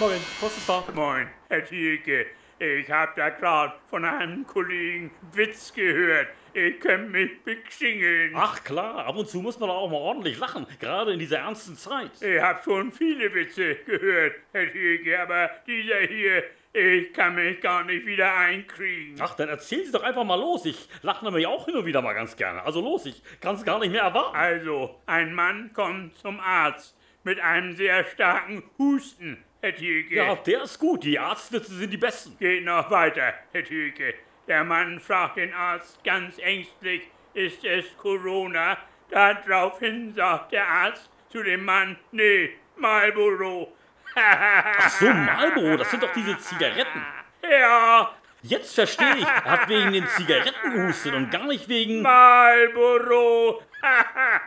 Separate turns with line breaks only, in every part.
Moin, Professor.
Moin, Herr Thielke. Ich hab da gerade von einem Kollegen Witz gehört. Ich kann mich beksingeln.
Ach klar, ab und zu muss man auch mal ordentlich lachen, gerade in dieser ernsten Zeit.
Ich hab schon viele Witze gehört, Herr Thielke, aber dieser hier, ich kann mich gar nicht wieder einkriegen.
Ach, dann erzählen Sie doch einfach mal los. Ich lache nämlich auch hin und wieder mal ganz gerne. Also los, ich kann es gar nicht mehr erwarten.
Also, ein Mann kommt zum Arzt mit einem sehr starken Husten, Herr Thielke.
Ja, der ist gut. Die Arztwitze sind die besten.
Geht noch weiter, Herr Tüke. Der Mann fragt den Arzt ganz ängstlich, ist es Corona? Daraufhin sagt der Arzt zu dem Mann, nee, Marlboro.
Ach so, Marlboro, das sind doch diese Zigaretten.
Ja,
Jetzt verstehe ich, er hat wegen den Zigaretten gehustet und gar nicht wegen...
Marlboro.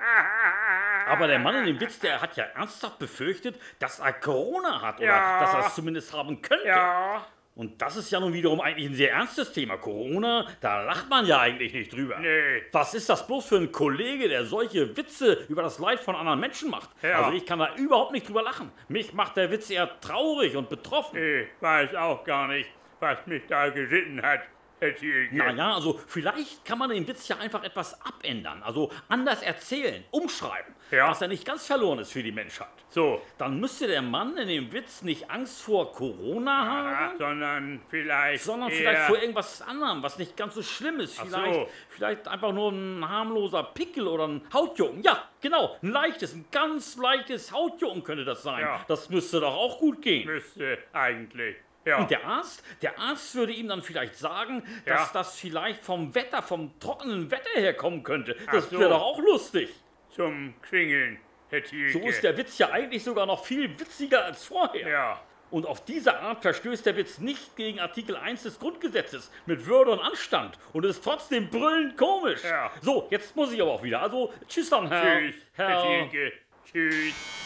Aber der Mann in dem Witz, der hat ja ernsthaft befürchtet, dass er Corona hat oder
Ja.
dass er es zumindest haben könnte.
Ja,
Und das ist ja nun wiederum eigentlich ein sehr ernstes Thema. Corona, da lacht man ja eigentlich nicht drüber.
nee.
Was ist das bloß für ein Kollege, der solche Witze über das Leid von anderen Menschen macht?
Ja.
Also ich kann da überhaupt nicht drüber lachen. Mich macht der Witz eher traurig und betroffen.
Ich weiß auch gar nicht, was mich da geritten hat, Herr Tüke.
Naja, also vielleicht kann man den Witz ja einfach etwas abändern, also anders erzählen, umschreiben,
Ja.
dass er nicht ganz verloren ist für die Menschheit.
So,
Dann müsste der Mann in dem Witz nicht Angst vor Corona haben,
sondern vielleicht
sondern
eher
vielleicht vor irgendwas anderem, was nicht ganz so schlimm ist.
Ach so.
Vielleicht, vielleicht einfach nur ein harmloser Pickel oder ein Hautjucken. Ja, genau, ein leichtes, ein ganz leichtes Hautjucken könnte das sein.
Ja.
Das müsste doch auch gut gehen.
müsste eigentlich. Ja.
Und der Arzt, der Arzt würde ihm dann vielleicht sagen,
Ja.
dass das vielleicht vom Wetter, vom trockenen Wetter herkommen könnte. Das
Ach so.
wäre doch auch lustig.
zum Klingeln, Herr Thielke.
So ist der Witz ja eigentlich sogar noch viel witziger als vorher.
Ja,
Und auf diese Art verstößt der Witz nicht gegen Artikel 1 des Grundgesetzes mit Würde und Anstand und ist trotzdem brüllend komisch.
Ja.
So, jetzt muss ich aber auch wieder. Also, tschüss dann, Herr.
tschüss, Herr
Herr.
Thielke. Tschüss.